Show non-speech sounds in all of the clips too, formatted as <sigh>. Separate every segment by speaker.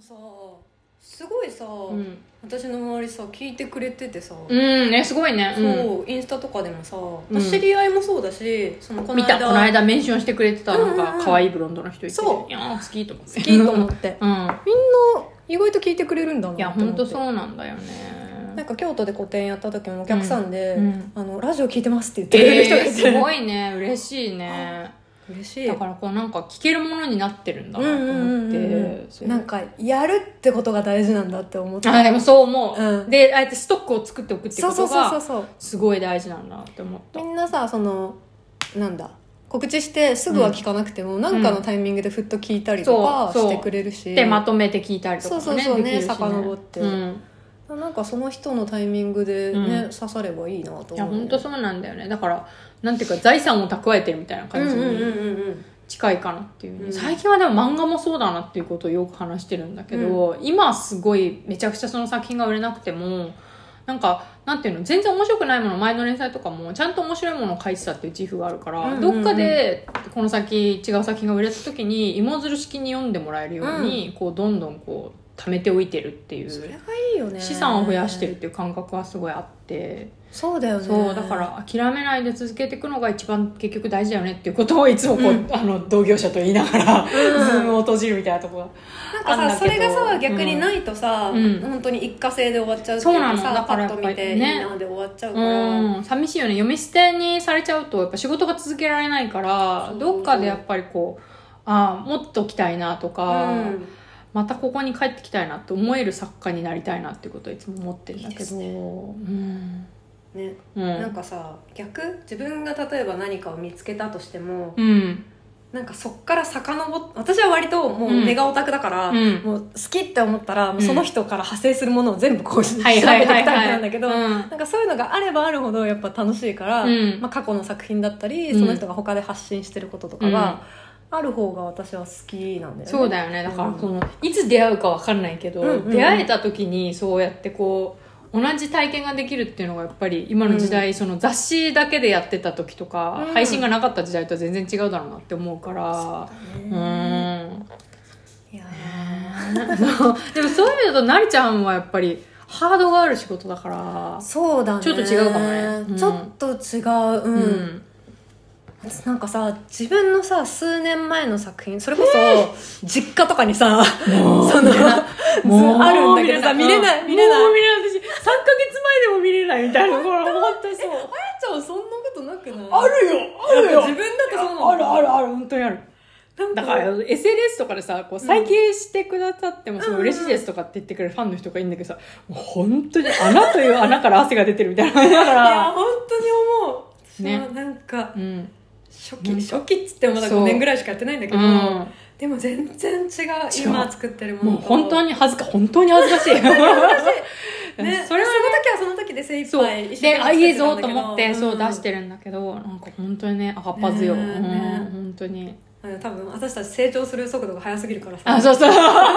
Speaker 1: さすごいさ、
Speaker 2: うん、
Speaker 1: 私の周りさ聞いてくれててさ、
Speaker 2: うん、ねすごいね、うん、
Speaker 1: そうインスタとかでもさ、
Speaker 2: ん
Speaker 1: 知り合いもそうだしそのこの
Speaker 2: 見
Speaker 1: 間
Speaker 2: たこの間メンションしてくれてたなん
Speaker 1: うんうんう
Speaker 2: か
Speaker 1: ん
Speaker 2: 可愛いブロンドの人いて
Speaker 1: そう
Speaker 2: いやー好きと思って
Speaker 1: 好きと思って
Speaker 2: うん
Speaker 1: みんな意外と聞いてくれるんだない
Speaker 2: や本
Speaker 1: と思
Speaker 2: 当
Speaker 1: って
Speaker 2: そうなんだよ
Speaker 1: なん
Speaker 2: ね
Speaker 1: か京都で個展やった時もお客さんで、
Speaker 2: うん
Speaker 1: あの「ラジオ聞いてます」って言ってくれる人が
Speaker 2: え
Speaker 1: い
Speaker 2: ー、
Speaker 1: て、
Speaker 2: すごいね嬉しいね
Speaker 1: 嬉しい
Speaker 2: だからこうなんか聞けるものになってるんだ
Speaker 1: う
Speaker 2: なんと
Speaker 1: うん
Speaker 2: 思っ
Speaker 1: うん
Speaker 2: てそ
Speaker 1: うん
Speaker 2: う
Speaker 1: なんかやるってことが大事なんだって思って
Speaker 2: あでもそう思う、
Speaker 1: うん
Speaker 2: であえてストックを作っておくって
Speaker 1: そ
Speaker 2: こ
Speaker 1: うそうそう
Speaker 2: と
Speaker 1: そう
Speaker 2: が
Speaker 1: そう
Speaker 2: すごい大事なんだなって思った
Speaker 1: みんなさそのなんだ告知してすぐは聞かなくても何、なん、かのタイミングでふっと聞いたりとか
Speaker 2: そう
Speaker 1: し
Speaker 2: そう
Speaker 1: てくれるし、
Speaker 2: でまとめて聞いたりとかもね
Speaker 1: そうそうそうね
Speaker 2: できるし
Speaker 1: 遡って
Speaker 2: うん、
Speaker 1: なんかその人のタイミングでね、
Speaker 2: うん
Speaker 1: 刺さればいいなと思う
Speaker 2: い
Speaker 1: い
Speaker 2: や本当
Speaker 1: そ
Speaker 2: そうなんだよねだからなんていうか財産を蓄えてるみたいな
Speaker 1: うん
Speaker 2: 感
Speaker 1: う
Speaker 2: じ
Speaker 1: んうん
Speaker 2: に
Speaker 1: うん
Speaker 2: 近いかなっていうね、
Speaker 1: うん
Speaker 2: 最近はでも漫画もそうだなっていうことをよく話してるんだけど、今すごいめちゃくちゃその作品が売れなくてもなんかなんていうの全然面白くないもの前の連載とかもちゃんと面白いものを書いてたっていう自負があるから、
Speaker 1: うんうんうん
Speaker 2: どっかでこの先違う作品が売れた時に芋づる式に読んでもらえるように、こうどんどんこう貯めておいてるってい
Speaker 1: それ
Speaker 2: う
Speaker 1: がいいよね
Speaker 2: 資産を増やしてるっていう感覚はすごいあって。
Speaker 1: そうだよね
Speaker 2: そうだから諦めないで続けていくのが一番結局大事だよねっていうことをいつもこう、
Speaker 1: うん
Speaker 2: あの同業者と言いながら、 <laughs>
Speaker 1: ん
Speaker 2: ズームを閉じるみたいなところ
Speaker 1: なんか
Speaker 2: あん
Speaker 1: さ
Speaker 2: だ
Speaker 1: そ
Speaker 2: けど
Speaker 1: れがさ逆にないとさ、
Speaker 2: うん
Speaker 1: 本当に一過性で終わっちゃうって
Speaker 2: そ
Speaker 1: いうう
Speaker 2: な
Speaker 1: か
Speaker 2: の
Speaker 1: さ
Speaker 2: だ
Speaker 1: パ
Speaker 2: から
Speaker 1: ッ
Speaker 2: やっ
Speaker 1: と
Speaker 2: ぱり
Speaker 1: 見て、
Speaker 2: ね
Speaker 1: いいなで終わっちゃうから、
Speaker 2: うん寂しいよね読み捨てにされちゃうとやっぱ仕事が続けられないから
Speaker 1: そう
Speaker 2: どっかでやっぱりこうああもっと来たいなとか、
Speaker 1: うん
Speaker 2: またここに帰ってきたいなって思える作家になりたいなっていうことをいつも思ってるんだ
Speaker 1: い
Speaker 2: けど
Speaker 1: いですね
Speaker 2: うん
Speaker 1: ね、
Speaker 2: う
Speaker 1: なん
Speaker 2: ん
Speaker 1: かさ逆自分が例えば何かを見つけたとしても、
Speaker 2: うん
Speaker 1: なんかそっから遡っ私は割ともうメガオタクだから、
Speaker 2: うん
Speaker 1: もう好きって思ったら、もううんその人から派生するものを全部こう調べ
Speaker 2: は
Speaker 1: て
Speaker 2: い
Speaker 1: いくタ
Speaker 2: は
Speaker 1: イ
Speaker 2: い
Speaker 1: プ
Speaker 2: はいはい
Speaker 1: なんだけど、
Speaker 2: うん
Speaker 1: なんかそういうのがあればあるほどやっぱ楽しいから、
Speaker 2: うん
Speaker 1: まあ、過去の作品だったり、
Speaker 2: うん
Speaker 1: その人が他で発信してることとかが、ある方が私は好きなんだよね
Speaker 2: そうだよねだか
Speaker 1: う
Speaker 2: ら
Speaker 1: ん
Speaker 2: そのいつ出会うかわかんないけど、
Speaker 1: うんうんうん
Speaker 2: 出会えた時にそうやってこう同じ体験ができるっていうのがやっぱり今の時代、その雑誌だけでやってた時とか、
Speaker 1: うん
Speaker 2: 配信がなかった時代とは全然違うだろうなって思うからう
Speaker 1: ね <laughs>
Speaker 2: ん
Speaker 1: いや
Speaker 2: そうでもそういう意味だとなりちゃんはやっぱりハードがある仕事だから
Speaker 1: ーそうだね
Speaker 2: ちょっと違うかもねうん
Speaker 1: ちょっと違う
Speaker 2: う
Speaker 1: うん、なんかさ自分のさ数年前の作品それこそ実家とかにさ、その
Speaker 2: もう
Speaker 1: あるんだけどさ見れない見れない
Speaker 2: もう見れない私3ヶ月前でも見れないみたいなところ本当にそう
Speaker 1: あやちゃんそんなことなくない
Speaker 2: るよある
Speaker 1: 自分だってそうなの
Speaker 2: あるあるある本当にある
Speaker 1: なん
Speaker 2: だから SNS とかでさこう再掲してくださってもすごい嬉しいですとかって言ってくれるファンの人がいるんだけどさもう本当に穴という穴から汗が出てるみ <laughs> たいな感じだか
Speaker 1: いや
Speaker 2: ら、
Speaker 1: 本当に思う私
Speaker 2: ね
Speaker 1: はなんか、
Speaker 2: うん
Speaker 1: 初
Speaker 2: う
Speaker 1: 期
Speaker 2: ん
Speaker 1: 初期っつってもまだ
Speaker 2: そう
Speaker 1: 5年ぐらいしかやってないんだけ
Speaker 2: う
Speaker 1: ど、
Speaker 2: ん、
Speaker 1: でも全然違う
Speaker 2: 違う
Speaker 1: 今作ってるも
Speaker 2: もう
Speaker 1: の
Speaker 2: 本当
Speaker 1: に
Speaker 2: に恥ずか <laughs> 本当に恥ずかしい <laughs>
Speaker 1: ね、
Speaker 2: それはね
Speaker 1: その時はその時で精一
Speaker 2: そう
Speaker 1: 杯一生
Speaker 2: で
Speaker 1: 懸命作ってたんだけど
Speaker 2: あいいぞと思ってそう出しててるんだけどなんか本当にね赤っ端よ、
Speaker 1: ねえ
Speaker 2: うん
Speaker 1: ねえ
Speaker 2: 本当に
Speaker 1: 多分私たち成長する速度が速すぎるからさ
Speaker 2: あそうそう確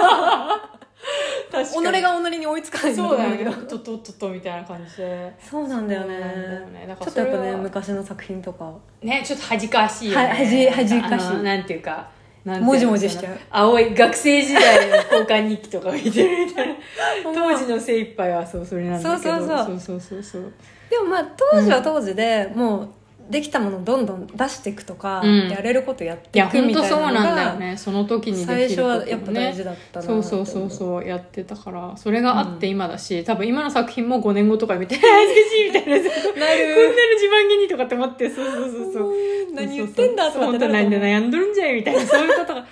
Speaker 2: <laughs>
Speaker 1: 己が己に追いつかないん
Speaker 2: そうだよ
Speaker 1: け
Speaker 2: ね
Speaker 1: ど
Speaker 2: とっとっとっとみたいな感じで
Speaker 1: そうなんだよね
Speaker 2: そうなんだよねだか
Speaker 1: ちょ
Speaker 2: ら
Speaker 1: っ
Speaker 2: そ
Speaker 1: と
Speaker 2: れ
Speaker 1: やっ
Speaker 2: は
Speaker 1: ぱね昔の作品とか
Speaker 2: ねちょっと恥ずかしいよね
Speaker 1: は恥恥かしい
Speaker 2: あのなんていうかなんていうの
Speaker 1: もじもじしちゃう
Speaker 2: その青い学生時代の交換日記とか見てるみたいな
Speaker 1: <laughs>
Speaker 2: 当時の精一杯はそうそれなんだけど
Speaker 1: そうそうそう
Speaker 2: そうそうそう
Speaker 1: でもまあ当時は当時で、もうできたものをどんどん出していくとか、
Speaker 2: うん
Speaker 1: やれることやって
Speaker 2: い
Speaker 1: い
Speaker 2: や
Speaker 1: く
Speaker 2: 本
Speaker 1: み
Speaker 2: 当
Speaker 1: たいな
Speaker 2: そう
Speaker 1: のが
Speaker 2: なんだよねその時にで
Speaker 1: 最初
Speaker 2: きること
Speaker 1: はやっぱ大事だったなって
Speaker 2: そ
Speaker 1: 思
Speaker 2: うそうそうそうやってたからそれがあって今だし、多分今の作品も5年後とか見て恥ずかしいみたいな
Speaker 1: <laughs> な
Speaker 2: こ
Speaker 1: る
Speaker 2: んなの自慢げにとかって思ってそうそうそうそう
Speaker 1: 何言ってんだと
Speaker 2: そ
Speaker 1: か
Speaker 2: うそう
Speaker 1: って
Speaker 2: 本当
Speaker 1: なる
Speaker 2: 何
Speaker 1: と
Speaker 2: で
Speaker 1: 思う
Speaker 2: 悩んどるんじゃいみたいなそういうことが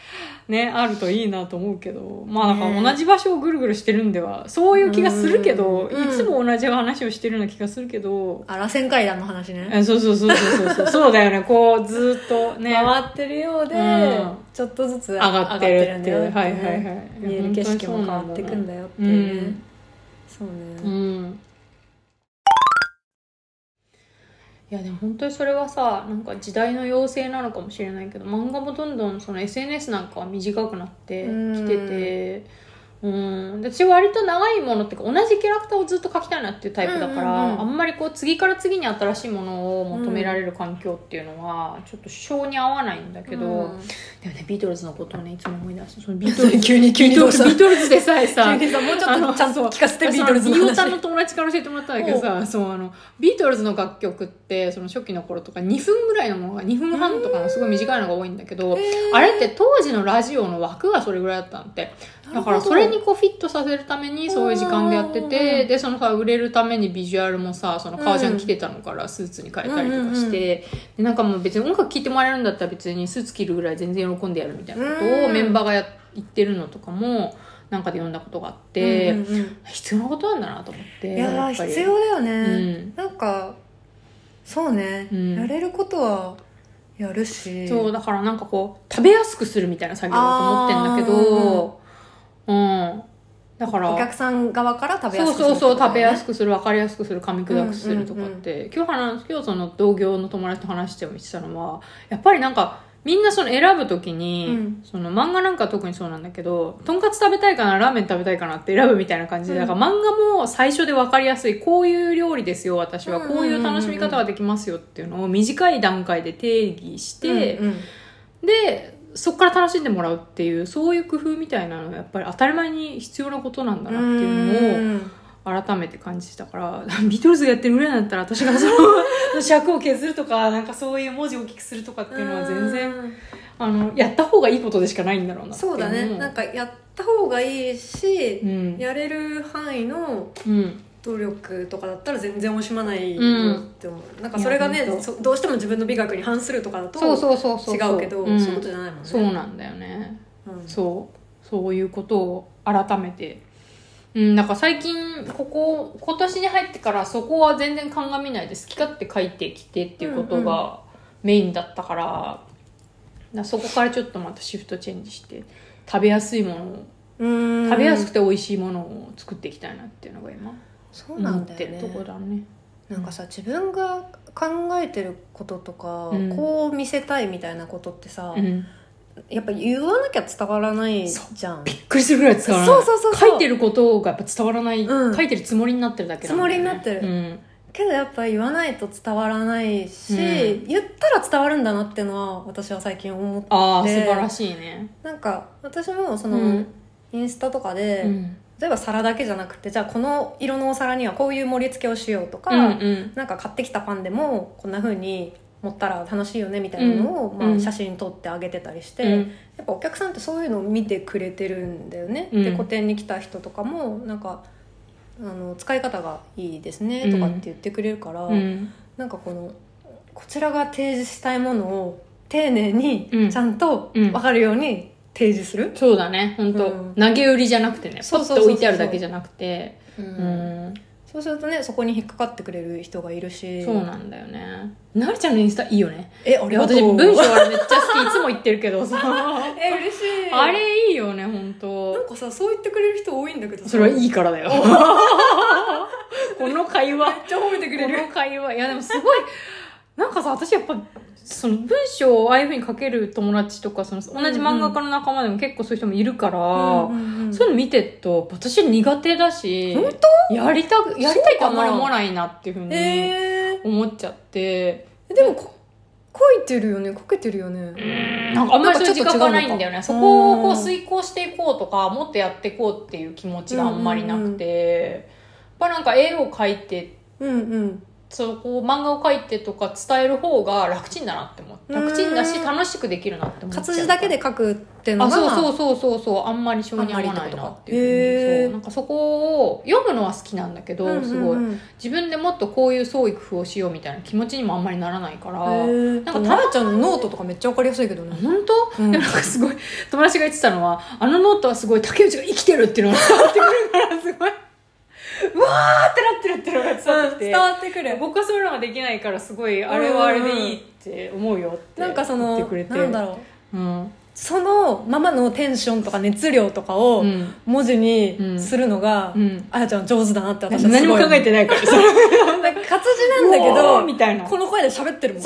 Speaker 2: ねあるといいなと思うけどまあだから同じ場所をぐるぐるしてるんではそういう気がするけど、
Speaker 1: うん
Speaker 2: いつも同じ話をしてるような気がするけど、
Speaker 1: あら旋回談の話ね、
Speaker 2: えそうそうそうそうそうそうそうだよねこうずっとね
Speaker 1: 回ってるようで、
Speaker 2: うん
Speaker 1: ちょっとずつ上
Speaker 2: 上がってるっていう
Speaker 1: がってるんだよ
Speaker 2: はいはいはい
Speaker 1: 見える景色も変わっていくんだよって
Speaker 2: う
Speaker 1: いうね、
Speaker 2: ん、
Speaker 1: そう
Speaker 2: う
Speaker 1: ね、
Speaker 2: ん、いやでも本当にそれはさなんか時代の要請なのかもしれないけど漫画もどんどんその SNS なんかは短くなってきてて、うんで私割と長いものっていうか同じキャラクターをずっと描きたいなっていうタイプだから、
Speaker 1: うんうんうん
Speaker 2: あんまりこう次から次に新しいものを求められる環境っていうのはちょっと性に合わないんだけど、
Speaker 1: うん
Speaker 2: でもねビートルズのことをねいつも思い出してそのビートルズ
Speaker 1: <laughs> 急に急
Speaker 2: ビ
Speaker 1: に
Speaker 2: ート
Speaker 1: ど
Speaker 2: ル
Speaker 1: うした
Speaker 2: ズビートルズでさ
Speaker 1: <laughs>
Speaker 2: えさ
Speaker 1: 急にさもうちょ
Speaker 2: あ
Speaker 1: っと
Speaker 2: の
Speaker 1: ちゃんと聞かせてビー
Speaker 2: そ
Speaker 1: ト
Speaker 2: の
Speaker 1: ルズ
Speaker 2: 美
Speaker 1: の
Speaker 2: 容さん
Speaker 1: 話
Speaker 2: の友達から教えてもらったんだけどさそうあのビートルズの楽曲ってその初期の頃とか2分ぐらいのものが2分半とかのすごい短いのが多いんだけど、あれって当時のラジオの枠がそれぐらいだったんだってだからそれにこうフィットさせるためにそういう時間でやって
Speaker 1: うん
Speaker 2: てでそのさ売れるためにビジュアルもさその革ジャン着てたのからスーツに変えたりとかして、でなんかもう別に音楽聴いてもらえるんだったら別にスーツ着るぐらい全然喜んでやるみたいなこと
Speaker 1: う
Speaker 2: を
Speaker 1: ん
Speaker 2: メンバーがや言ってるのとかもなんかで読んだことがあって、
Speaker 1: うんうんうん
Speaker 2: 必要なことなんだなと思って
Speaker 1: いや
Speaker 2: や
Speaker 1: ー
Speaker 2: っぱり
Speaker 1: 必要だよね、
Speaker 2: うん
Speaker 1: なんかそうね、
Speaker 2: うん
Speaker 1: やれることはやるし
Speaker 2: そうだからなんかこう食べやすくするみたいな作業だと思ってんだけどうんだから
Speaker 1: お客さん側から食べやす
Speaker 2: そ
Speaker 1: く
Speaker 2: う
Speaker 1: する
Speaker 2: そうそう食べやす
Speaker 1: く
Speaker 2: くする分かりやすくする噛み砕くするとかって、今日話今日その同業の友達と話してもしてたのはやっぱりなんかみんなその選ぶときに、
Speaker 1: うん
Speaker 2: その漫画なんか特にそうなんだけどとんかつ食べたいかなラーメン食べたいかなって選ぶみたいな感じで、
Speaker 1: うん
Speaker 2: だから漫画も最初で分かりやすいこういう料理ですよ私は、
Speaker 1: うん
Speaker 2: こういう楽しみ方ができますよっていうのを短い段階で定義して、
Speaker 1: うんうん
Speaker 2: でそこから楽しんでもらうっていうそういう工夫みたいなのはやっぱり当たり前に必要なことなんだなっていうのを。
Speaker 1: うん
Speaker 2: 改めて感じたから <laughs> ビートルズがやってるぐらいだったら私がそ
Speaker 1: <laughs>
Speaker 2: の尺を削るとかなんかそういう文字を大きくするとかっていうのは全然
Speaker 1: うん
Speaker 2: あのやった方がいいことでしかないんだろうなってい
Speaker 1: そうだねなんかやった方がいいし、
Speaker 2: うん
Speaker 1: やれる範囲の
Speaker 2: うん
Speaker 1: 努力とかだったら全然惜しまないよって思う、なんかそれが
Speaker 2: いや
Speaker 1: ね
Speaker 2: ほんと
Speaker 1: そどうしても自分の美学に反するとかだと
Speaker 2: そうそうそうそう
Speaker 1: 違うけど
Speaker 2: うん
Speaker 1: そういうことじゃないもんね
Speaker 2: そうなんだよね
Speaker 1: うん
Speaker 2: そうそういうことを改めてうんなんか最近ここ今年に入ってからそこは全然鑑みないで好き勝手書いてきてっていうことがメインだったから,、そこからちょっとまたシフトチェンジして食べやすいものを
Speaker 1: うん
Speaker 2: 食べやすくて美味しいものを作っていきたいなっていうのが今
Speaker 1: そうな
Speaker 2: 思っ
Speaker 1: んだ
Speaker 2: て
Speaker 1: よ
Speaker 2: る
Speaker 1: ね
Speaker 2: とこだね
Speaker 1: なんかさ自分が考えてることとか、
Speaker 2: うん
Speaker 1: こう見せたいみたいなことってさ、
Speaker 2: うん、
Speaker 1: やっぱ言わなきゃ伝わらないじゃん
Speaker 2: びっくりするぐらい使わない
Speaker 1: そうそうそうそう
Speaker 2: 書いてることがやっぱ伝わらない、
Speaker 1: うん
Speaker 2: 書いてるつもりになってるだけなんだよね
Speaker 1: つもりになってる
Speaker 2: うん
Speaker 1: けどやっぱ言わないと伝わらないし、
Speaker 2: うん
Speaker 1: 言ったら伝わるんだなってのは私は最近思っ
Speaker 2: ああ素
Speaker 1: で
Speaker 2: 晴らしいね
Speaker 1: なんか私もその、
Speaker 2: うん
Speaker 1: インスタとかで、
Speaker 2: うん
Speaker 1: 例えば皿だけじゃなくてじゃあこの色のお皿にはこういう盛り付けをしようとか、
Speaker 2: うんうん
Speaker 1: なんか買ってきたパンでもこんな風に持ったら楽しいよねみたいなのを、
Speaker 2: うん
Speaker 1: ま
Speaker 2: う
Speaker 1: あ、
Speaker 2: ん
Speaker 1: 写真撮ってあげてたりして、
Speaker 2: うん
Speaker 1: やっぱお客さんってそういうのを見てくれてるんだよね、
Speaker 2: うん
Speaker 1: で個展に来た人とかもなんかあの使い方がいいです
Speaker 2: う
Speaker 1: ね
Speaker 2: ん
Speaker 1: とかって言ってくれるから、
Speaker 2: うん
Speaker 1: なんかこのこちらが提示したいものを丁寧に
Speaker 2: うん
Speaker 1: ちゃんと
Speaker 2: うん
Speaker 1: 分かるように提示する、
Speaker 2: そうだね本当、
Speaker 1: うん
Speaker 2: 投げ売りじゃなくてね
Speaker 1: そ
Speaker 2: ポ
Speaker 1: う
Speaker 2: ッ
Speaker 1: そうそう
Speaker 2: と
Speaker 1: そう
Speaker 2: 置いてあるだけじゃなくて
Speaker 1: うん
Speaker 2: うん
Speaker 1: そうするとねそこに引っかかってくれる人がいるし
Speaker 2: そうなんだよねなるちゃんのインスタいいよね
Speaker 1: えありがと
Speaker 2: 私
Speaker 1: う
Speaker 2: 文章あれめっちゃ好きいつも言ってるけ
Speaker 1: <laughs>
Speaker 2: どさ
Speaker 1: え嬉しい
Speaker 2: あれいいよね本
Speaker 1: な
Speaker 2: 当
Speaker 1: んかさそう言ってくれる人多いんだけどさ
Speaker 2: それは
Speaker 1: めっ
Speaker 2: いいからだ
Speaker 1: <laughs>
Speaker 2: よこの会話
Speaker 1: ちゃ褒めてくれ
Speaker 2: こ
Speaker 1: る
Speaker 2: の会話いやでもすごいなんかさ私やっぱその文章をああいうふうに書ける友達とかその同じ漫画家の仲間でも結構そういう人もいるから、
Speaker 1: うんうん
Speaker 2: そういうの見てると私苦手だし
Speaker 1: 本
Speaker 2: やりたくやりたいってあんまり思わないなっていうふうに
Speaker 1: え
Speaker 2: 思っちゃって、
Speaker 1: ー、でもこ書いてるよね書けてるよね
Speaker 2: なんかあんまりそういう自覚がないんだ
Speaker 1: な
Speaker 2: よ
Speaker 1: ん
Speaker 2: ね
Speaker 1: かち
Speaker 2: そ
Speaker 1: ょっと違うのか
Speaker 2: こをこう遂行していこうとかもっとやっていこうっていう気持ちがあんまりなくて、やっぱなんか絵を描いて
Speaker 1: うんうん
Speaker 2: そうこう漫画を描いてとか伝える方が楽ちんだなって思って
Speaker 1: うん
Speaker 2: 楽ちんだし楽しくできるなって思っちゃう
Speaker 1: 活字だけで書くっての
Speaker 2: あ
Speaker 1: が
Speaker 2: そうそうそうそうそうあんまり性に合
Speaker 1: あ
Speaker 2: わ
Speaker 1: んま
Speaker 2: な
Speaker 1: りっ
Speaker 2: い
Speaker 1: てこと
Speaker 2: な
Speaker 1: か
Speaker 2: っていうふうに
Speaker 1: へー
Speaker 2: そうなんかそこを読むのは好きなんだけど、
Speaker 1: んんん
Speaker 2: すごい自分でもっとこういう創意工夫をしようみたいな気持ちにもあんまりならないから、
Speaker 1: へー
Speaker 2: なんか
Speaker 1: でも
Speaker 2: ただ
Speaker 1: ならちゃんのノートとかめっちゃわかりやすいけどね
Speaker 2: 本当、
Speaker 1: うん
Speaker 2: でもなんかすごい友達が言ってたのはあのノートはすごい竹内が生きてるっていうのが伝わってくるからすごいうわーってなってるっていうのが伝わってきて、
Speaker 1: 伝わってくる
Speaker 2: 僕はそういうのができないからすごいあれはあれでいいって思うよって
Speaker 1: なんかそ
Speaker 2: 言っ
Speaker 1: の
Speaker 2: てくれて
Speaker 1: なんだろう
Speaker 2: うん
Speaker 1: そのままのテンションとか熱量とかを
Speaker 2: うん
Speaker 1: 文字にするのが、
Speaker 2: うん
Speaker 1: あやちゃん上手だなって私はす
Speaker 2: 何も
Speaker 1: ごい
Speaker 2: 考えてないからそれ
Speaker 1: なんか活字なんだけ
Speaker 2: うおー
Speaker 1: ど
Speaker 2: みたいな
Speaker 1: この声で喋ってるもん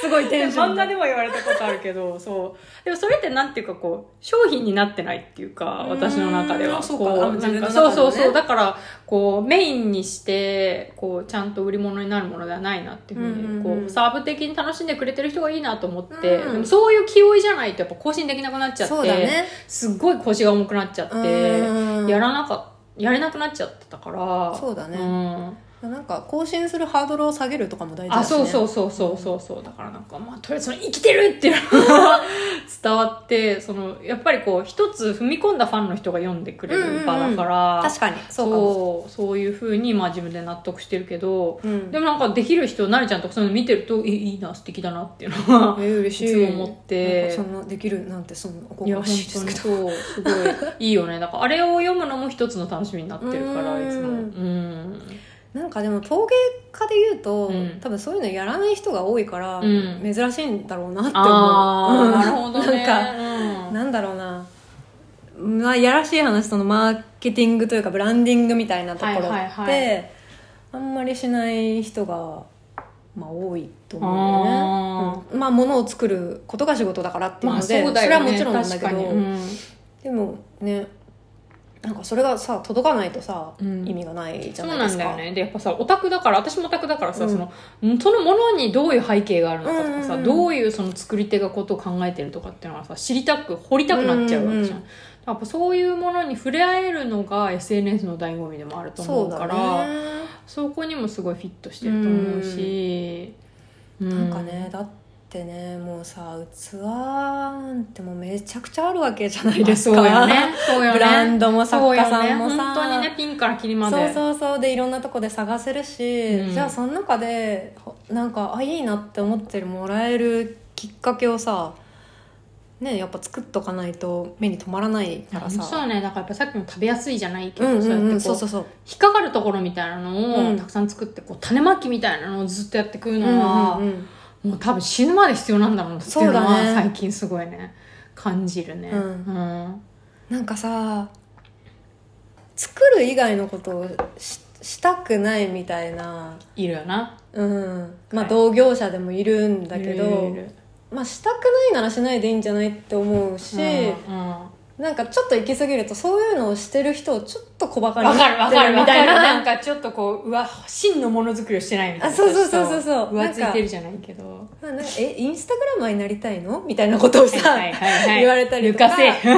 Speaker 1: すごいテンショ
Speaker 2: 漫
Speaker 1: ン
Speaker 2: 画でも言われたことあるけどそうでもそれってなんていうかこう商品になってないっていうか
Speaker 1: うーん
Speaker 2: 私の中では
Speaker 1: あそうか
Speaker 2: こう
Speaker 1: あ
Speaker 2: なん
Speaker 1: 自分の中で
Speaker 2: そ
Speaker 1: は
Speaker 2: う
Speaker 1: ね
Speaker 2: そうそうだからこうメインにしてこうちゃんと売り物になるものではないなっていうふうに、
Speaker 1: うんうん
Speaker 2: こ
Speaker 1: うん
Speaker 2: うサーブ的に楽しんでくれてる人がいいなと思って、
Speaker 1: うん
Speaker 2: でもそういう気負いじゃないとやっぱ更新できなくなっちゃって
Speaker 1: そうだね
Speaker 2: すっごい腰が重くなっちゃって
Speaker 1: うん
Speaker 2: やらなかやれなくなっちゃってたから
Speaker 1: そうだね
Speaker 2: うん
Speaker 1: なんか更新するハードルを下げるとかも大事だ
Speaker 2: あ
Speaker 1: し、ね、
Speaker 2: そうそううそうそうそうそうだからなんかまあとりあえずその生きてるっていうのが伝わってそのやっぱりこう一つ踏み込んだファンの人が読んでくれ
Speaker 1: うんうんう
Speaker 2: る
Speaker 1: ん
Speaker 2: 場だから、
Speaker 1: 確かにそ
Speaker 2: そう
Speaker 1: かも
Speaker 2: うそういうふうにまあ自分で納得してるけど、
Speaker 1: うん
Speaker 2: でもなんかできる人なるちゃんとかそういうの見てるとえいいな素敵だなっていうのは
Speaker 1: えー嬉しい
Speaker 2: いつも思って
Speaker 1: なんかそんなできるなんてそんなおこ
Speaker 2: い
Speaker 1: が
Speaker 2: や
Speaker 1: ま
Speaker 2: 本
Speaker 1: しいです
Speaker 2: 当
Speaker 1: け
Speaker 2: に
Speaker 1: ど
Speaker 2: そうすごいいいよねだからあれを読むのも一つの楽しみになってるから
Speaker 1: うん
Speaker 2: いつもうん
Speaker 1: なんかでも陶芸家でいうと、
Speaker 2: うん
Speaker 1: 多分そういうのやらない人が多いから、
Speaker 2: うん
Speaker 1: 珍しいんだろうなって思う
Speaker 2: あ
Speaker 1: う
Speaker 2: あ
Speaker 1: ん
Speaker 2: なるほどね
Speaker 1: なんか
Speaker 2: うん
Speaker 1: なんだろうなまあやらしい話そのマーケティングというかブランディングみたいなところって、
Speaker 2: はいはいは
Speaker 1: あんまりしない人が、まあ、多いと思うんだよね、うんまあ物を作ることが仕事だからっていうので、
Speaker 2: そうだよ
Speaker 1: れは
Speaker 2: ね
Speaker 1: もちろんなんだけ
Speaker 2: 確
Speaker 1: ど、
Speaker 2: かにうん
Speaker 1: でもねなんかそれがさ届かないとさ、
Speaker 2: うん
Speaker 1: 意味がないじゃ
Speaker 2: そう
Speaker 1: ない
Speaker 2: な
Speaker 1: で
Speaker 2: ん
Speaker 1: す
Speaker 2: だ
Speaker 1: か
Speaker 2: よねでやっぱさオタクだから私もオタクだからさ、
Speaker 1: うん
Speaker 2: そのそのものにどういう背景があるのかとかさ、
Speaker 1: うんうんうん
Speaker 2: どういうその作り手がことを考えてるとかっていうのはさ知りたく掘りたくなっちゃうわけじゃん、
Speaker 1: うん
Speaker 2: やっぱそういうものに触れ合えるのが SNS の醍醐味でもあると思
Speaker 1: そう
Speaker 2: う
Speaker 1: だ
Speaker 2: から
Speaker 1: ね
Speaker 2: そこにもすごいフィットしてると思うし、う
Speaker 1: なんか
Speaker 2: <laughs>
Speaker 1: ねだってねもうさ器なんてもうめちゃくちゃあるわけじゃない
Speaker 2: まあ
Speaker 1: です
Speaker 2: そう
Speaker 1: か、
Speaker 2: よねそうよね
Speaker 1: ブランドも作家さんも
Speaker 2: そうよね
Speaker 1: さ
Speaker 2: 本当にねピンからキリまで
Speaker 1: そうそうそうでいろんなとこで探せるし、
Speaker 2: うん
Speaker 1: じゃあその中でほなんかあいいなって思ってもらえるきっかけをさねやっぱ作っとかないと目に留まらないから
Speaker 2: あそう
Speaker 1: さ
Speaker 2: だねだからやっぱさっきも食べやすいじゃないけ
Speaker 1: う
Speaker 2: ど、
Speaker 1: んうんうんそう
Speaker 2: そ
Speaker 1: う
Speaker 2: やってこ
Speaker 1: そうそう
Speaker 2: 引っかかるところみたいなの
Speaker 1: う
Speaker 2: を
Speaker 1: ん
Speaker 2: たくさん作ってこう種まきみたいなのをずっとやってくる
Speaker 1: う
Speaker 2: の
Speaker 1: んう
Speaker 2: は、
Speaker 1: んうん
Speaker 2: もう多分死ぬまで必要なんだろうなっていうのは
Speaker 1: そうだね
Speaker 2: 最近すごいね感じるね
Speaker 1: うん
Speaker 2: うん
Speaker 1: なんかさ作る以外のことをししたくないみたいない
Speaker 2: るよな
Speaker 1: うんま
Speaker 2: は
Speaker 1: あ
Speaker 2: い
Speaker 1: 同業者でもいるんだけど、
Speaker 2: いるいるいる
Speaker 1: まあしたくないならしないでいいんじゃないって思うし、
Speaker 2: うんうん
Speaker 1: なんかちょっと行き過ぎるとそういうのをしてる人をちょっと小バカに
Speaker 2: わかるわかる
Speaker 1: み
Speaker 2: わ
Speaker 1: た
Speaker 2: か
Speaker 1: い
Speaker 2: る
Speaker 1: な
Speaker 2: なんかちょっとこううわ真のものづくりをしてないみたいな
Speaker 1: あそうそうそうそうそう
Speaker 2: 上ついてるじゃないけど
Speaker 1: なんかえインスタグラマーになりたいのみたいなことをさ、
Speaker 2: はいはいはいはい
Speaker 1: 言われたりとか
Speaker 2: 抜かせ
Speaker 1: イン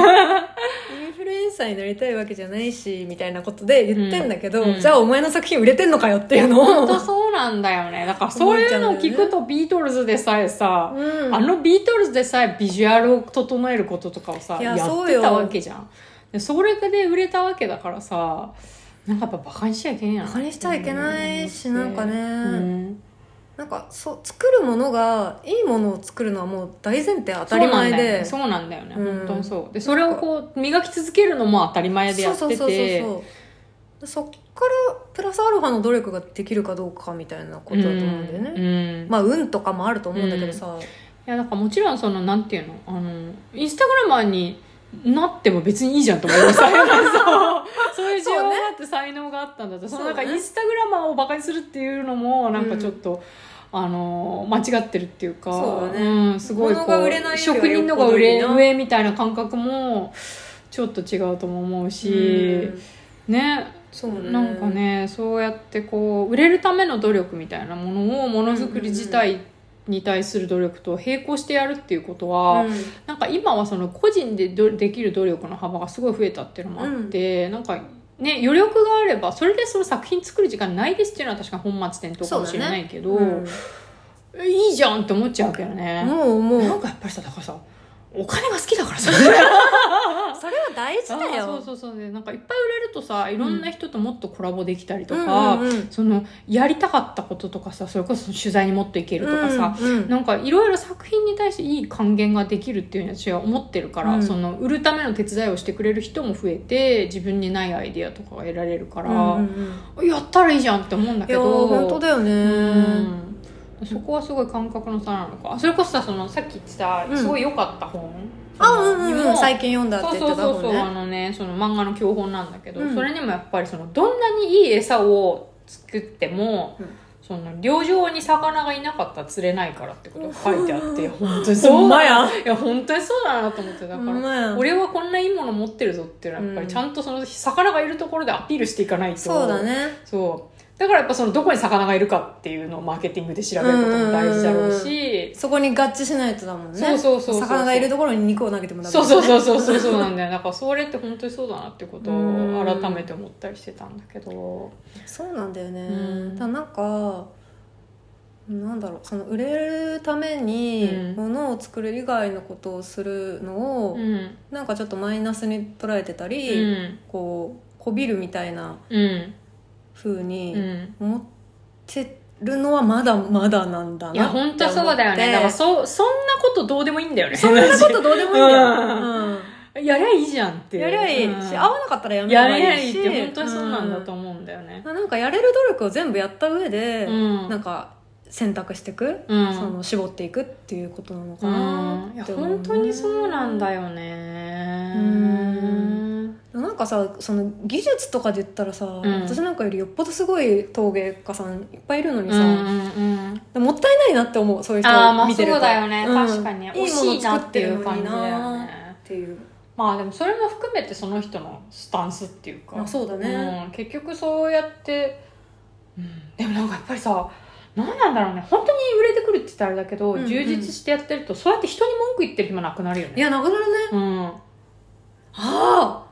Speaker 1: フルエンサーになりたいわけじゃないしみたいなことで言ってんだけど、
Speaker 2: うんうん
Speaker 1: じゃあお前の作品売れてんのかよっていうの
Speaker 2: 本
Speaker 1: を、
Speaker 2: 当そうなんだよねだからそういうのを聞くとビートルズでさえさ、
Speaker 1: うん
Speaker 2: あのビートルズでさえビジュアルを整えることとかをさ
Speaker 1: い
Speaker 2: や
Speaker 1: や
Speaker 2: ってたわけじゃんでそれで売れたわけだからさなんかやっぱバカにしちゃいけんや
Speaker 1: バカにしちゃいけないし
Speaker 2: うん
Speaker 1: なんかね
Speaker 2: うん
Speaker 1: なんかそう作るものがいいものを作るのはもう大前提当たり前で
Speaker 2: そうなんだよねそうなんだよね、
Speaker 1: うん
Speaker 2: 本当にそうでそれをこう磨き続けるのも当たり前でやってて
Speaker 1: そうそうそうそうそっからプラスアルファの努力ができるかどうかみたいなことだと思うんだよね、
Speaker 2: うんうん
Speaker 1: まあ運とかもあると思うんだけどさ、
Speaker 2: いやなんかもちろんそのなんていうのあのインスタグラマーになっても別にいいじゃんと思いまし
Speaker 1: <laughs>
Speaker 2: たそうそういう需要があって才能があったんだとそ,、
Speaker 1: そうね
Speaker 2: のなんかインスタグラマーをバカにするっていうのもなんかちょっと、あの間違ってるっていうか
Speaker 1: そうだね
Speaker 2: ん、すごいこ
Speaker 1: 物が売れな
Speaker 2: う
Speaker 1: いよりは
Speaker 2: 職
Speaker 1: よ
Speaker 2: 人
Speaker 1: っ
Speaker 2: の
Speaker 1: ぽ
Speaker 2: が
Speaker 1: ど
Speaker 2: 売
Speaker 1: いい
Speaker 2: れ
Speaker 1: な
Speaker 2: 上みたいな感覚もちょっと違うとも思うし、ね
Speaker 1: そうね
Speaker 2: なんかねそうやってこう売れるための努力みたいなものをものづくり自体に対する努力と並行してやるっていうことは、
Speaker 1: うん
Speaker 2: なんか今はその個人でどできる努力の幅がすごい増えたっていうのもあって、なんかね余力があればそれでその作品作る時間ないですっていうのは確かに本末転倒かもしれないけど、
Speaker 1: うん
Speaker 2: えいいじゃんって思っちゃうけどね、
Speaker 1: もうもう
Speaker 2: なんかやっぱりさだからさお金が好きだからさ
Speaker 1: それは大事だ
Speaker 2: あー
Speaker 1: よ
Speaker 2: そうそうそうねなんかいっぱい売れるとさいろんな人ともっとコラボできたりと
Speaker 1: うん
Speaker 2: か、
Speaker 1: うんうん
Speaker 2: そのやりたかったこととかさそれこそ取材にもっといけるとかさ、
Speaker 1: うんうん
Speaker 2: なんかいろいろ作品に対していい還元ができるっていうのは私は思ってるから、
Speaker 1: うん
Speaker 2: その売るための手伝いをしてくれる人も増えて自分にないアイディアとかが得られるから、
Speaker 1: うんうんうん
Speaker 2: やったらいいじゃんって思うんだ
Speaker 1: い
Speaker 2: け
Speaker 1: や
Speaker 2: ど
Speaker 1: 本当だよね、
Speaker 2: うんそこはすごい感覚の差なのかあそれこそさそのさっき言ってた
Speaker 1: うん
Speaker 2: すごい良かった本、
Speaker 1: あうんうん
Speaker 2: に
Speaker 1: うん
Speaker 2: も
Speaker 1: 最近読んだっ
Speaker 2: そう
Speaker 1: て
Speaker 2: そ
Speaker 1: 言
Speaker 2: う
Speaker 1: ってた
Speaker 2: そう
Speaker 1: もん
Speaker 2: そう、あ
Speaker 1: ね
Speaker 2: のねその漫画の教本なんだけど、
Speaker 1: うん
Speaker 2: それにもやっぱりそのどんなにいい餌を作っても、
Speaker 1: うん
Speaker 2: その漁場に魚がいなかったら釣れないからってことが書いてあって本当
Speaker 1: ほ
Speaker 2: にそ
Speaker 1: ん
Speaker 2: う
Speaker 1: ま
Speaker 2: だ
Speaker 1: や
Speaker 2: いや本当にそうだなと思ってだか
Speaker 1: ほんま
Speaker 2: ら
Speaker 1: や
Speaker 2: 俺はこんないいもの持ってるぞっていうのはやっぱり
Speaker 1: うん
Speaker 2: ちゃんとその魚がいるところでアピールしていかないと
Speaker 1: そうだね
Speaker 2: そうだからやっぱそのどこに魚がいるかっていうのをマーケティングで調べることも大事だろうし
Speaker 1: そこに合致しないとだもんね
Speaker 2: そうそうそうそう
Speaker 1: 魚がいるところに肉を投げてもダメ
Speaker 2: そうそうそうそうそうそうなんだよだからそれって本当にそうだなってことを
Speaker 1: うん
Speaker 2: 改めて思ったりしてたんだけど
Speaker 1: そうなんだよね、
Speaker 2: うん
Speaker 1: だからなんかなんだろうその売れるため
Speaker 2: うん
Speaker 1: に物を作る以外のことをするのを、
Speaker 2: うん
Speaker 1: なんかちょっとマイナスに捉えてた
Speaker 2: う
Speaker 1: り、
Speaker 2: ん
Speaker 1: こうこびるみたいな
Speaker 2: うん
Speaker 1: 風
Speaker 2: う
Speaker 1: に
Speaker 2: ん
Speaker 1: 思ってるのはまだまだなんだ
Speaker 2: いや
Speaker 1: なって思って
Speaker 2: 本当そうだよねだからそそんなことどうでもいいんだよね
Speaker 1: そ
Speaker 2: <laughs>
Speaker 1: んなことどうでもいいんだよ、
Speaker 2: うん
Speaker 1: うん
Speaker 2: やりゃいいじゃんって
Speaker 1: やりゃいいし、
Speaker 2: うん
Speaker 1: 合わなかったらやめれ
Speaker 2: や
Speaker 1: ば
Speaker 2: りゃ
Speaker 1: い
Speaker 2: いい
Speaker 1: い
Speaker 2: っ
Speaker 1: して
Speaker 2: 本当にそうなんだと思うんだよね
Speaker 1: うんなんかやれる努力を全部やった上で、
Speaker 2: うん
Speaker 1: なんか選択していく、
Speaker 2: うん
Speaker 1: その絞っていくっていうことなのかな
Speaker 2: うんい
Speaker 1: っ
Speaker 2: や
Speaker 1: て思うね
Speaker 2: 本当にそうなんだよね
Speaker 1: うんなんかさその技術とかで言ったらさ、
Speaker 2: ん
Speaker 1: 私なんかよりよっぽどすごい陶芸家さんいっぱいいるのに
Speaker 2: う
Speaker 1: さ、
Speaker 2: んうんうん
Speaker 1: もったいないなって思うそういう人
Speaker 2: ああま
Speaker 1: を
Speaker 2: あ
Speaker 1: 見
Speaker 2: そ
Speaker 1: て
Speaker 2: う
Speaker 1: ると
Speaker 2: だよね、
Speaker 1: うん
Speaker 2: 確かに惜
Speaker 1: いいも
Speaker 2: し
Speaker 1: の
Speaker 2: いな
Speaker 1: 作
Speaker 2: っ
Speaker 1: ってて
Speaker 2: い
Speaker 1: る
Speaker 2: う
Speaker 1: の
Speaker 2: 感
Speaker 1: に
Speaker 2: じだよ
Speaker 1: な
Speaker 2: ね
Speaker 1: っていう
Speaker 2: まあでもそれも含めてその人のスタンスっていうか
Speaker 1: まあそうだね、
Speaker 2: うん、結局そうやって、うん、でもなんかやっぱりさ何なんだろうね本当に売れてくるって言ったらあれだけど、
Speaker 1: うんうん
Speaker 2: 充実してやってるとそうやって人に文句言ってる暇なくなるよ
Speaker 1: い
Speaker 2: ね
Speaker 1: やなくなるね
Speaker 2: うん
Speaker 1: あ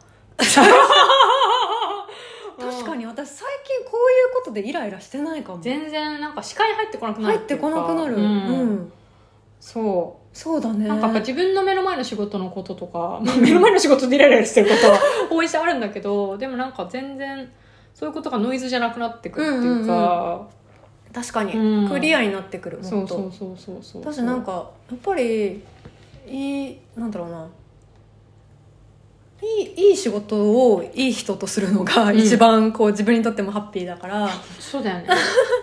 Speaker 1: あ <laughs> 確か
Speaker 2: に
Speaker 1: に私最近こういうことでイライラしてないかも
Speaker 2: 全然なんか視界入ってこなくなる
Speaker 1: 入ってこなくなる、
Speaker 2: う
Speaker 1: うんん
Speaker 2: そう
Speaker 1: そうだね
Speaker 2: なんかやっぱ自分の目の前の仕事のこととか、まあ <laughs> 目の前の仕事でイライ
Speaker 1: <laughs>
Speaker 2: ラしてることは多いしあるんだけど、でもなんか全然、そういうことがノイズじゃなくなってくるっていうか、
Speaker 1: 確かに、
Speaker 2: うん
Speaker 1: クリアになってくるもっと
Speaker 2: そうそうそうそうそう。
Speaker 1: 私なん、かやっぱりいいなんだろうないいいい仕事をいい人とするのが
Speaker 2: うん
Speaker 1: 一番こう自分にとってもハッピーだから、
Speaker 2: そう
Speaker 1: <laughs>
Speaker 2: だよね。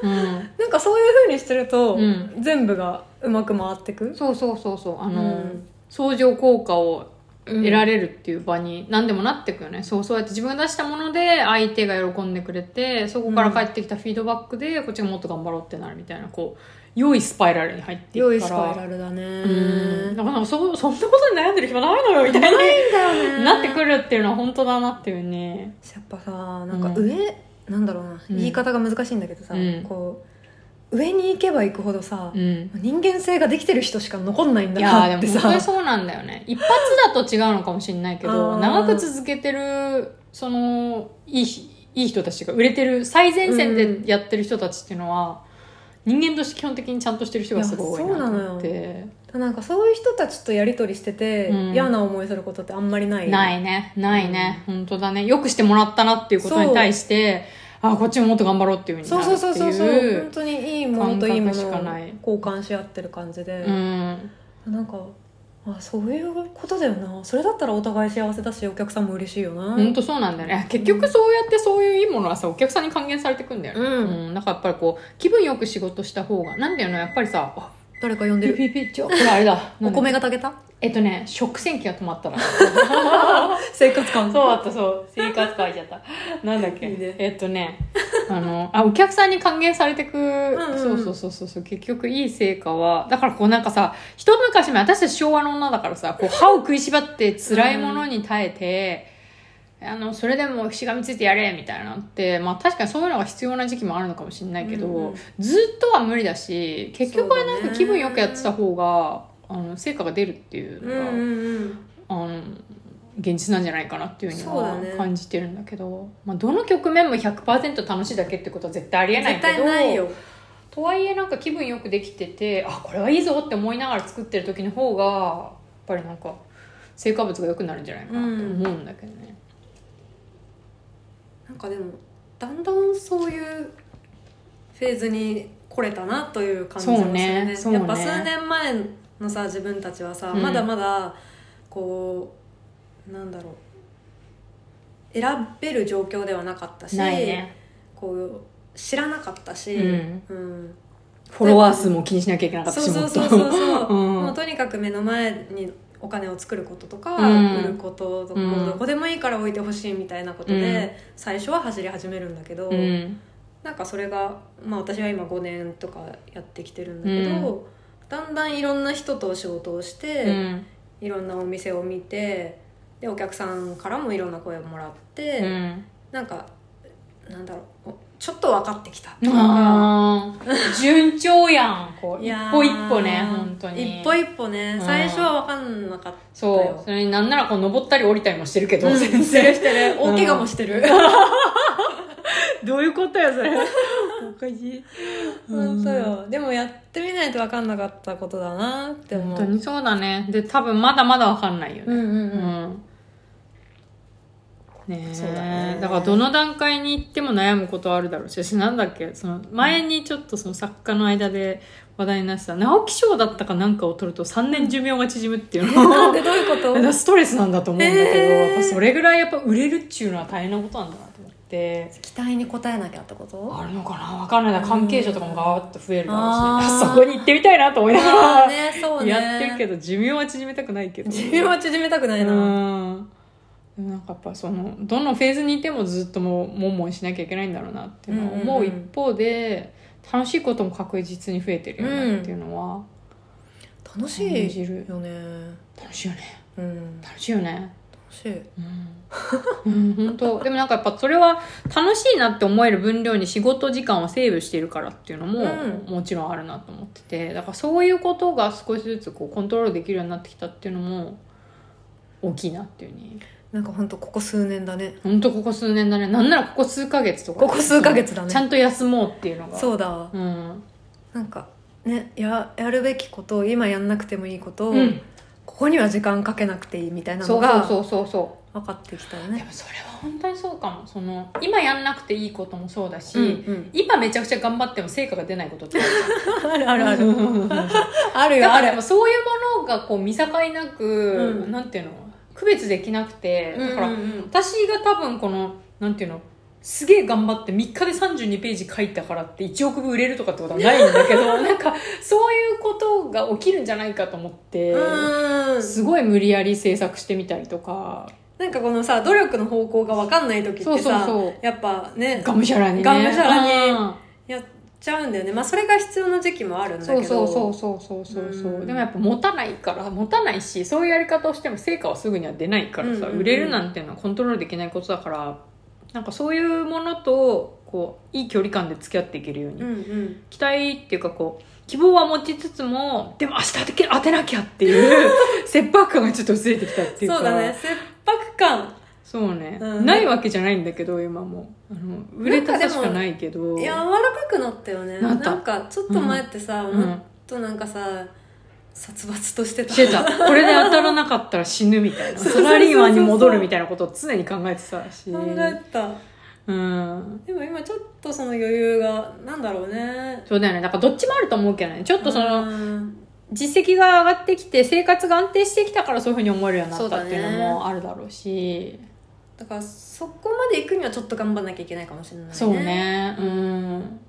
Speaker 2: うん。
Speaker 1: なんかそういうふうにしてると、
Speaker 2: うん
Speaker 1: 全部がうまく回ってく
Speaker 2: そうそうそうそう。あの、
Speaker 1: うん
Speaker 2: 相乗効果を得ら
Speaker 1: れ
Speaker 2: れるっていう場に何でもなってくよね。そうそうやって自分が出したもので相手が喜んでくれて、そこから返ってきたフィードバックで、こっちがもっと頑張ろうってなるみたいな、こう、良いスパイラルに入ってい
Speaker 1: 良
Speaker 2: く
Speaker 1: い
Speaker 2: か
Speaker 1: ス
Speaker 2: ら。
Speaker 1: パイラルだね
Speaker 2: うんなんかなんかそそんなことに悩んでる暇ないのよみたい
Speaker 1: ない
Speaker 2: に
Speaker 1: んだよね
Speaker 2: なってくるっていうのは本当だなっていうね。
Speaker 1: やっぱさなんか
Speaker 2: うん
Speaker 1: 上、なんだろうな
Speaker 2: うん
Speaker 1: 言い方が難しいんだけどさ、
Speaker 2: うん
Speaker 1: こう上に行けば行くほどさ
Speaker 2: う、ん。
Speaker 1: 人間性ができてる人しか残んないん
Speaker 2: い
Speaker 1: だ
Speaker 2: や
Speaker 1: な
Speaker 2: ー
Speaker 1: っ
Speaker 2: で
Speaker 1: て
Speaker 2: も本当に
Speaker 1: さ
Speaker 2: そうなんだよね。一発だと違うのかもしれないけ
Speaker 1: あ
Speaker 2: ど、
Speaker 1: ー
Speaker 2: 長く続けてる、その、いいひ、いい人たちが売れてる、最前線でやってる人たちっていうのは、人間として基本的にちゃんとしてる人がすごい多いなと思って。
Speaker 1: なんかそういう人たちとやり取りしてて、
Speaker 2: うん
Speaker 1: 嫌な思いすることってあんまりない
Speaker 2: ないね。ないね。本当だね。よくしてもらったなっていうことに対して、あー、こっちももっと頑張ろうっていうふうにな
Speaker 1: そ
Speaker 2: る
Speaker 1: う
Speaker 2: ってい。
Speaker 1: そううそうそうそう本当にいいものといいものを
Speaker 2: 感覚しかない
Speaker 1: 交換し合ってる感じで
Speaker 2: う、ん。
Speaker 1: なんかあそういうことだよなそれだったらお互い幸せだしお客さんも嬉しいよな
Speaker 2: 本当そうなんだよね結局そうやってそういういいものはさお客さんに還元されてくんだよね
Speaker 1: うん
Speaker 2: だからやっぱりこう気分よく仕事した方がなんだよねやっぱりさあ
Speaker 1: 誰か呼んで
Speaker 2: ピ
Speaker 1: る
Speaker 2: ピピちょこれあれだ
Speaker 1: <laughs> お米
Speaker 2: が
Speaker 1: が炊けた
Speaker 2: えっとね食洗機が止まったら
Speaker 1: 生活感
Speaker 2: そうあったそう生活変えちゃったなんだっけ
Speaker 1: いいね
Speaker 2: えっとねあのあお客さんに還元されてく
Speaker 1: んうん
Speaker 2: そうそうそうそうそう結局いい成果はだからこうなんかさ一昔前私たち昭和の女だからさこう歯を食いしばって辛いものに耐えて、あのそれでもしがみついてやれみたいなのって、まあ、確かにそういうのが必要な時期もあるのかもしれないけど、
Speaker 1: うんうん
Speaker 2: ずっとは無理だし結局はなん
Speaker 1: そうだ
Speaker 2: か
Speaker 1: ね
Speaker 2: 気分よくやってた方が、あの成果が出るっていう
Speaker 1: うん
Speaker 2: のが、
Speaker 1: うんうん
Speaker 2: あの現実なんじゃないかなっていうふうに
Speaker 1: そうだ
Speaker 2: は
Speaker 1: ね
Speaker 2: 感じてるんだけどまあ、どの局面も100%楽しいだけってことは絶対ありえない
Speaker 1: 絶
Speaker 2: け
Speaker 1: 対
Speaker 2: ど
Speaker 1: ないよ
Speaker 2: とはいえなんか気分よくできててあこれはいいぞって思いながら作ってる時の方がやっぱりなんか成果物が良くなるんじゃないかなって思うんだけどね。
Speaker 1: なんかでもだんだんそういうフェーズに来れたなという感じもするね
Speaker 2: そうね
Speaker 1: やっぱ
Speaker 2: そうね
Speaker 1: 数年前のさ自分たちはさ、
Speaker 2: うん
Speaker 1: まだまだこうなんだろう選べる状況ではなかったし、
Speaker 2: ないね
Speaker 1: こう知らなかったし、
Speaker 2: うん
Speaker 1: うん
Speaker 2: フォロワー数も気にしなきゃいけなかった
Speaker 1: そう
Speaker 2: しも
Speaker 1: そう
Speaker 2: っと
Speaker 1: そうそうそう、 <laughs>
Speaker 2: うん
Speaker 1: もうとにかく目の前にお金を作ることとか、
Speaker 2: うん
Speaker 1: 売ることとか、
Speaker 2: うん
Speaker 1: どこでもいいから置いてほしいみたいなことで、
Speaker 2: うん
Speaker 1: 最初は走り始めるんだけど、
Speaker 2: うん
Speaker 1: なんかそれが、まあ、私は今5年とかやってきてるんだけど、だんだんいろんな人と仕事をして、
Speaker 2: うん
Speaker 1: いろんなお店を見てでお客さんからもいろんな声をもらって、
Speaker 2: うん
Speaker 1: なんかなんだろうおちょっと分かってきたとか
Speaker 2: あー順調やんこう
Speaker 1: い
Speaker 2: 一
Speaker 1: やー
Speaker 2: 歩一歩ね本当に
Speaker 1: 一歩一歩ね
Speaker 2: うん
Speaker 1: 最初は分かんなかったよ
Speaker 2: そうそれになんならこう登ったり降りたりもしてるけど、
Speaker 1: うんしてるしてる
Speaker 2: うん
Speaker 1: 大怪我もしてる
Speaker 2: <laughs> どういうことやそれおかしい
Speaker 1: 本当よでもやってみないと分かんなかったことだなって
Speaker 2: 本
Speaker 1: 思
Speaker 2: 当
Speaker 1: う
Speaker 2: にそうだねで多分まだまだわかんないよ
Speaker 1: うん
Speaker 2: ね
Speaker 1: うん
Speaker 2: う
Speaker 1: うん
Speaker 2: んねえ
Speaker 1: そうだね
Speaker 2: だからどの段階に行っても悩むことはあるだろうし私なんだっけその前にちょっとその作家の間で話題になってた直木賞だったかなんかを取ると3年寿命が縮むっていうのを
Speaker 1: なんでどういうこと
Speaker 2: だからストレス <laughs> なんだと思うんだけど、
Speaker 1: えー
Speaker 2: やっぱそれぐらいやっぱ売れるっちゅうのは大変なことなんだなと思って
Speaker 1: 期待に応えなきゃってこと
Speaker 2: あるのかな分かんないな関係者とかもガーッと増えるだろうし、
Speaker 1: あー
Speaker 2: <laughs> そこに行ってみたいなと思いなが
Speaker 1: あ
Speaker 2: ら、
Speaker 1: ーねそうね
Speaker 2: やってるけど寿命は縮めたくないけど
Speaker 1: 寿命は縮めたくないな、
Speaker 2: うんでもなんかやっぱそのどのフェーズにいてもずっともうもんもんしなきゃいけないんだろうなっていうのは思う一方で、楽しいことも確実に増えてるよねっていうのは
Speaker 1: 楽し
Speaker 2: 感
Speaker 1: い
Speaker 2: じる、
Speaker 1: よね
Speaker 2: 楽しいよね
Speaker 1: うん楽
Speaker 2: 楽しいよね
Speaker 1: しい
Speaker 2: うん、本当でもなんかやっぱそれは楽しいなって思える分量に仕事時間をセーブしているからっていうのも、
Speaker 1: うん
Speaker 2: もちろんあるなと思っててだからそういうことが少しずつこうコントロールできるようになってきたっていうのも大きいなっていうね
Speaker 1: なんか本当ここ数年だね
Speaker 2: 本当ここ数年だねなんならここ数ヶ月とか
Speaker 1: ここ数ヶ月だね
Speaker 2: ちゃんと休もうっていうのがう、
Speaker 1: そうだわ
Speaker 2: ん、
Speaker 1: なんかねややるべきこと今やんなくてもいいことを、
Speaker 2: うん
Speaker 1: ここには時間かけなくていいみたいなの
Speaker 2: そうそう
Speaker 1: が
Speaker 2: そうそうそう
Speaker 1: 分かってきたよ
Speaker 2: で
Speaker 1: ね
Speaker 2: もそれは本当にそうかもその今やんなくていいこともそうだし、
Speaker 1: うん
Speaker 2: 今めちゃくちゃ頑張っても成果が出ないことってある
Speaker 1: うん、あるあるある <laughs> ある
Speaker 2: だ
Speaker 1: よ
Speaker 2: か
Speaker 1: あ
Speaker 2: らやっ
Speaker 1: る
Speaker 2: ぱそういうものがこう見境なく、
Speaker 1: うん
Speaker 2: なんていうの区別できなくてだから、
Speaker 1: うんうんうん
Speaker 2: 私が多分このなんていうのすげえ頑張って3日で32ページ書いたからって1億部売れるとかってことはないんだ
Speaker 1: <laughs>
Speaker 2: けどなんかそういうことが起きるんじゃないかと思って、
Speaker 1: うん
Speaker 2: すごい無理やり制作してみたりとか
Speaker 1: なんかこのさ努力の方向が分かんない時ってさ
Speaker 2: そうそうそう
Speaker 1: やっぱね
Speaker 2: がむしゃらにね
Speaker 1: がむしゃらに
Speaker 2: うん
Speaker 1: やっちゃうんだよねまあそれが必要な時期もあるんだけ
Speaker 2: そ
Speaker 1: ど
Speaker 2: うそうそうそうそうそうそう、
Speaker 1: うん
Speaker 2: でもやっぱ持たないから持たないしそういうやり方をしても成果はすぐには出ないからさ、
Speaker 1: うんうんうん
Speaker 2: 売れるなんていうのはコントロールできないことだからなんかそういうものとこういい距離感で付き合っていけるように、
Speaker 1: うんうん
Speaker 2: 期待っていうかこう希望は持ちつつもでも明日だけ当てなきゃっていう
Speaker 1: <laughs>
Speaker 2: 切迫感がちょっと薄れてきたっていうか
Speaker 1: そうだね切迫感
Speaker 2: そうね、
Speaker 1: うん
Speaker 2: ないわけじゃないんだけど今もあの売れたさしかないけど
Speaker 1: 柔らかくなったよね
Speaker 2: な
Speaker 1: な
Speaker 2: った
Speaker 1: んかちょっと前ってさ、
Speaker 2: うん
Speaker 1: もっとなんかさ殺伐としてた
Speaker 2: してた。これで当たらなかったら死ぬみたいな。
Speaker 1: そうそうそう
Speaker 2: サ
Speaker 1: そう
Speaker 2: ラリーマンに戻るみたいなことを常に考えてたし。
Speaker 1: 考えた
Speaker 2: うん。
Speaker 1: でも今ちょっとその余裕がなんだろうね
Speaker 2: そうだよね。だからどっちもあると思うけどね。ちょっとその、
Speaker 1: うん
Speaker 2: 実績が上がってきて、生活が安定してきたからそういうふうに思えるようにな
Speaker 1: そ
Speaker 2: っ
Speaker 1: う
Speaker 2: た
Speaker 1: だ
Speaker 2: っ
Speaker 1: ね
Speaker 2: ていうのもあるだろうし。
Speaker 1: だからそこまで行くにはちょっと頑張んなきゃいけないかもしれないね
Speaker 2: そうね。うん。